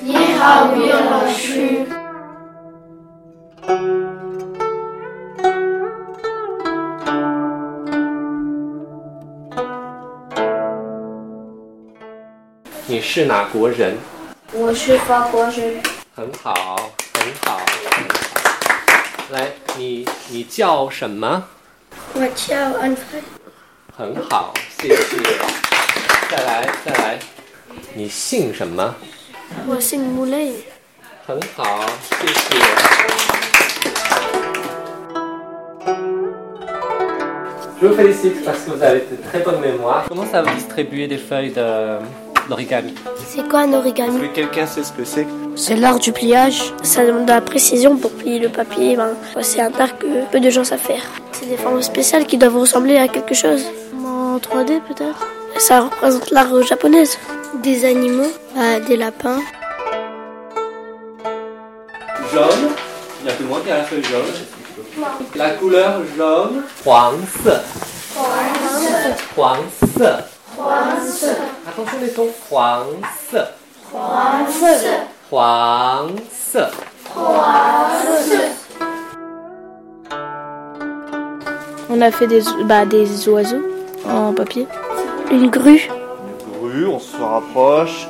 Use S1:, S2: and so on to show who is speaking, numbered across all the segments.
S1: 你好，于老师。
S2: 你是哪国人？
S1: 我是法国人，
S2: 很好，很好。来，你你叫什么？
S1: 我叫安菲。
S2: 很好，谢谢。再来，再来。你姓什么？
S1: 我姓穆雷。
S2: 很好，谢谢。Je vous félicite parce que vous avez une très bonne mémoire. Comment ça vous distribuer des feuilles de- d'origami
S1: C'est quoi un origami
S2: que quelqu'un sait ce que c'est
S1: C'est l'art du pliage. Ça demande de la précision pour plier le papier. Ben, c'est un art que peu de gens savent faire. C'est des formes spéciales qui doivent ressembler à quelque chose. En 3D peut-être Ça représente l'art japonaise. Des animaux, bah, des lapins.
S2: Jaune. Il y a tout le monde qui a la feuille jaune. La couleur jaune. Huang se. Huang se. Attention les tons. Huang se. Huang se.
S3: On a fait des, bah, des oiseaux en papier.
S1: Une grue,
S4: Rue, on se rapproche.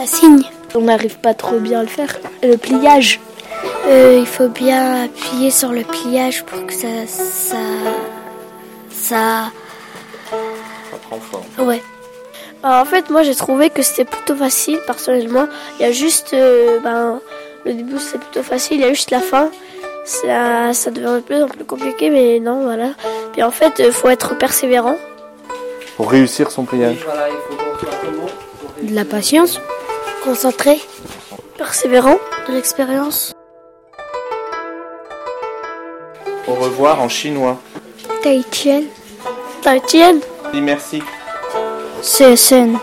S1: un cygne.
S3: On n'arrive pas trop bien à le faire. Le pliage.
S1: Euh, il faut bien appuyer sur le pliage pour que ça, ça, ça,
S4: Ça prend forme.
S1: ouais. Euh, en fait, moi j'ai trouvé que c'était plutôt facile personnellement. Il y a juste, euh, ben, le début c'est plutôt facile, il y a juste la fin. Ça, ça devient de plus en plus compliqué, mais non, voilà. Puis en fait, euh, faut être persévérant.
S4: Pour réussir son
S2: Oui,
S4: pliage.
S2: voilà, il faut qu'on soit comment pour réussir.
S1: patience, concentré, persévérant, de l'expérience.
S4: Au revoir en chinois.
S1: Taïtienne. Taïtienne,
S4: Dis merci.
S1: c'est scène.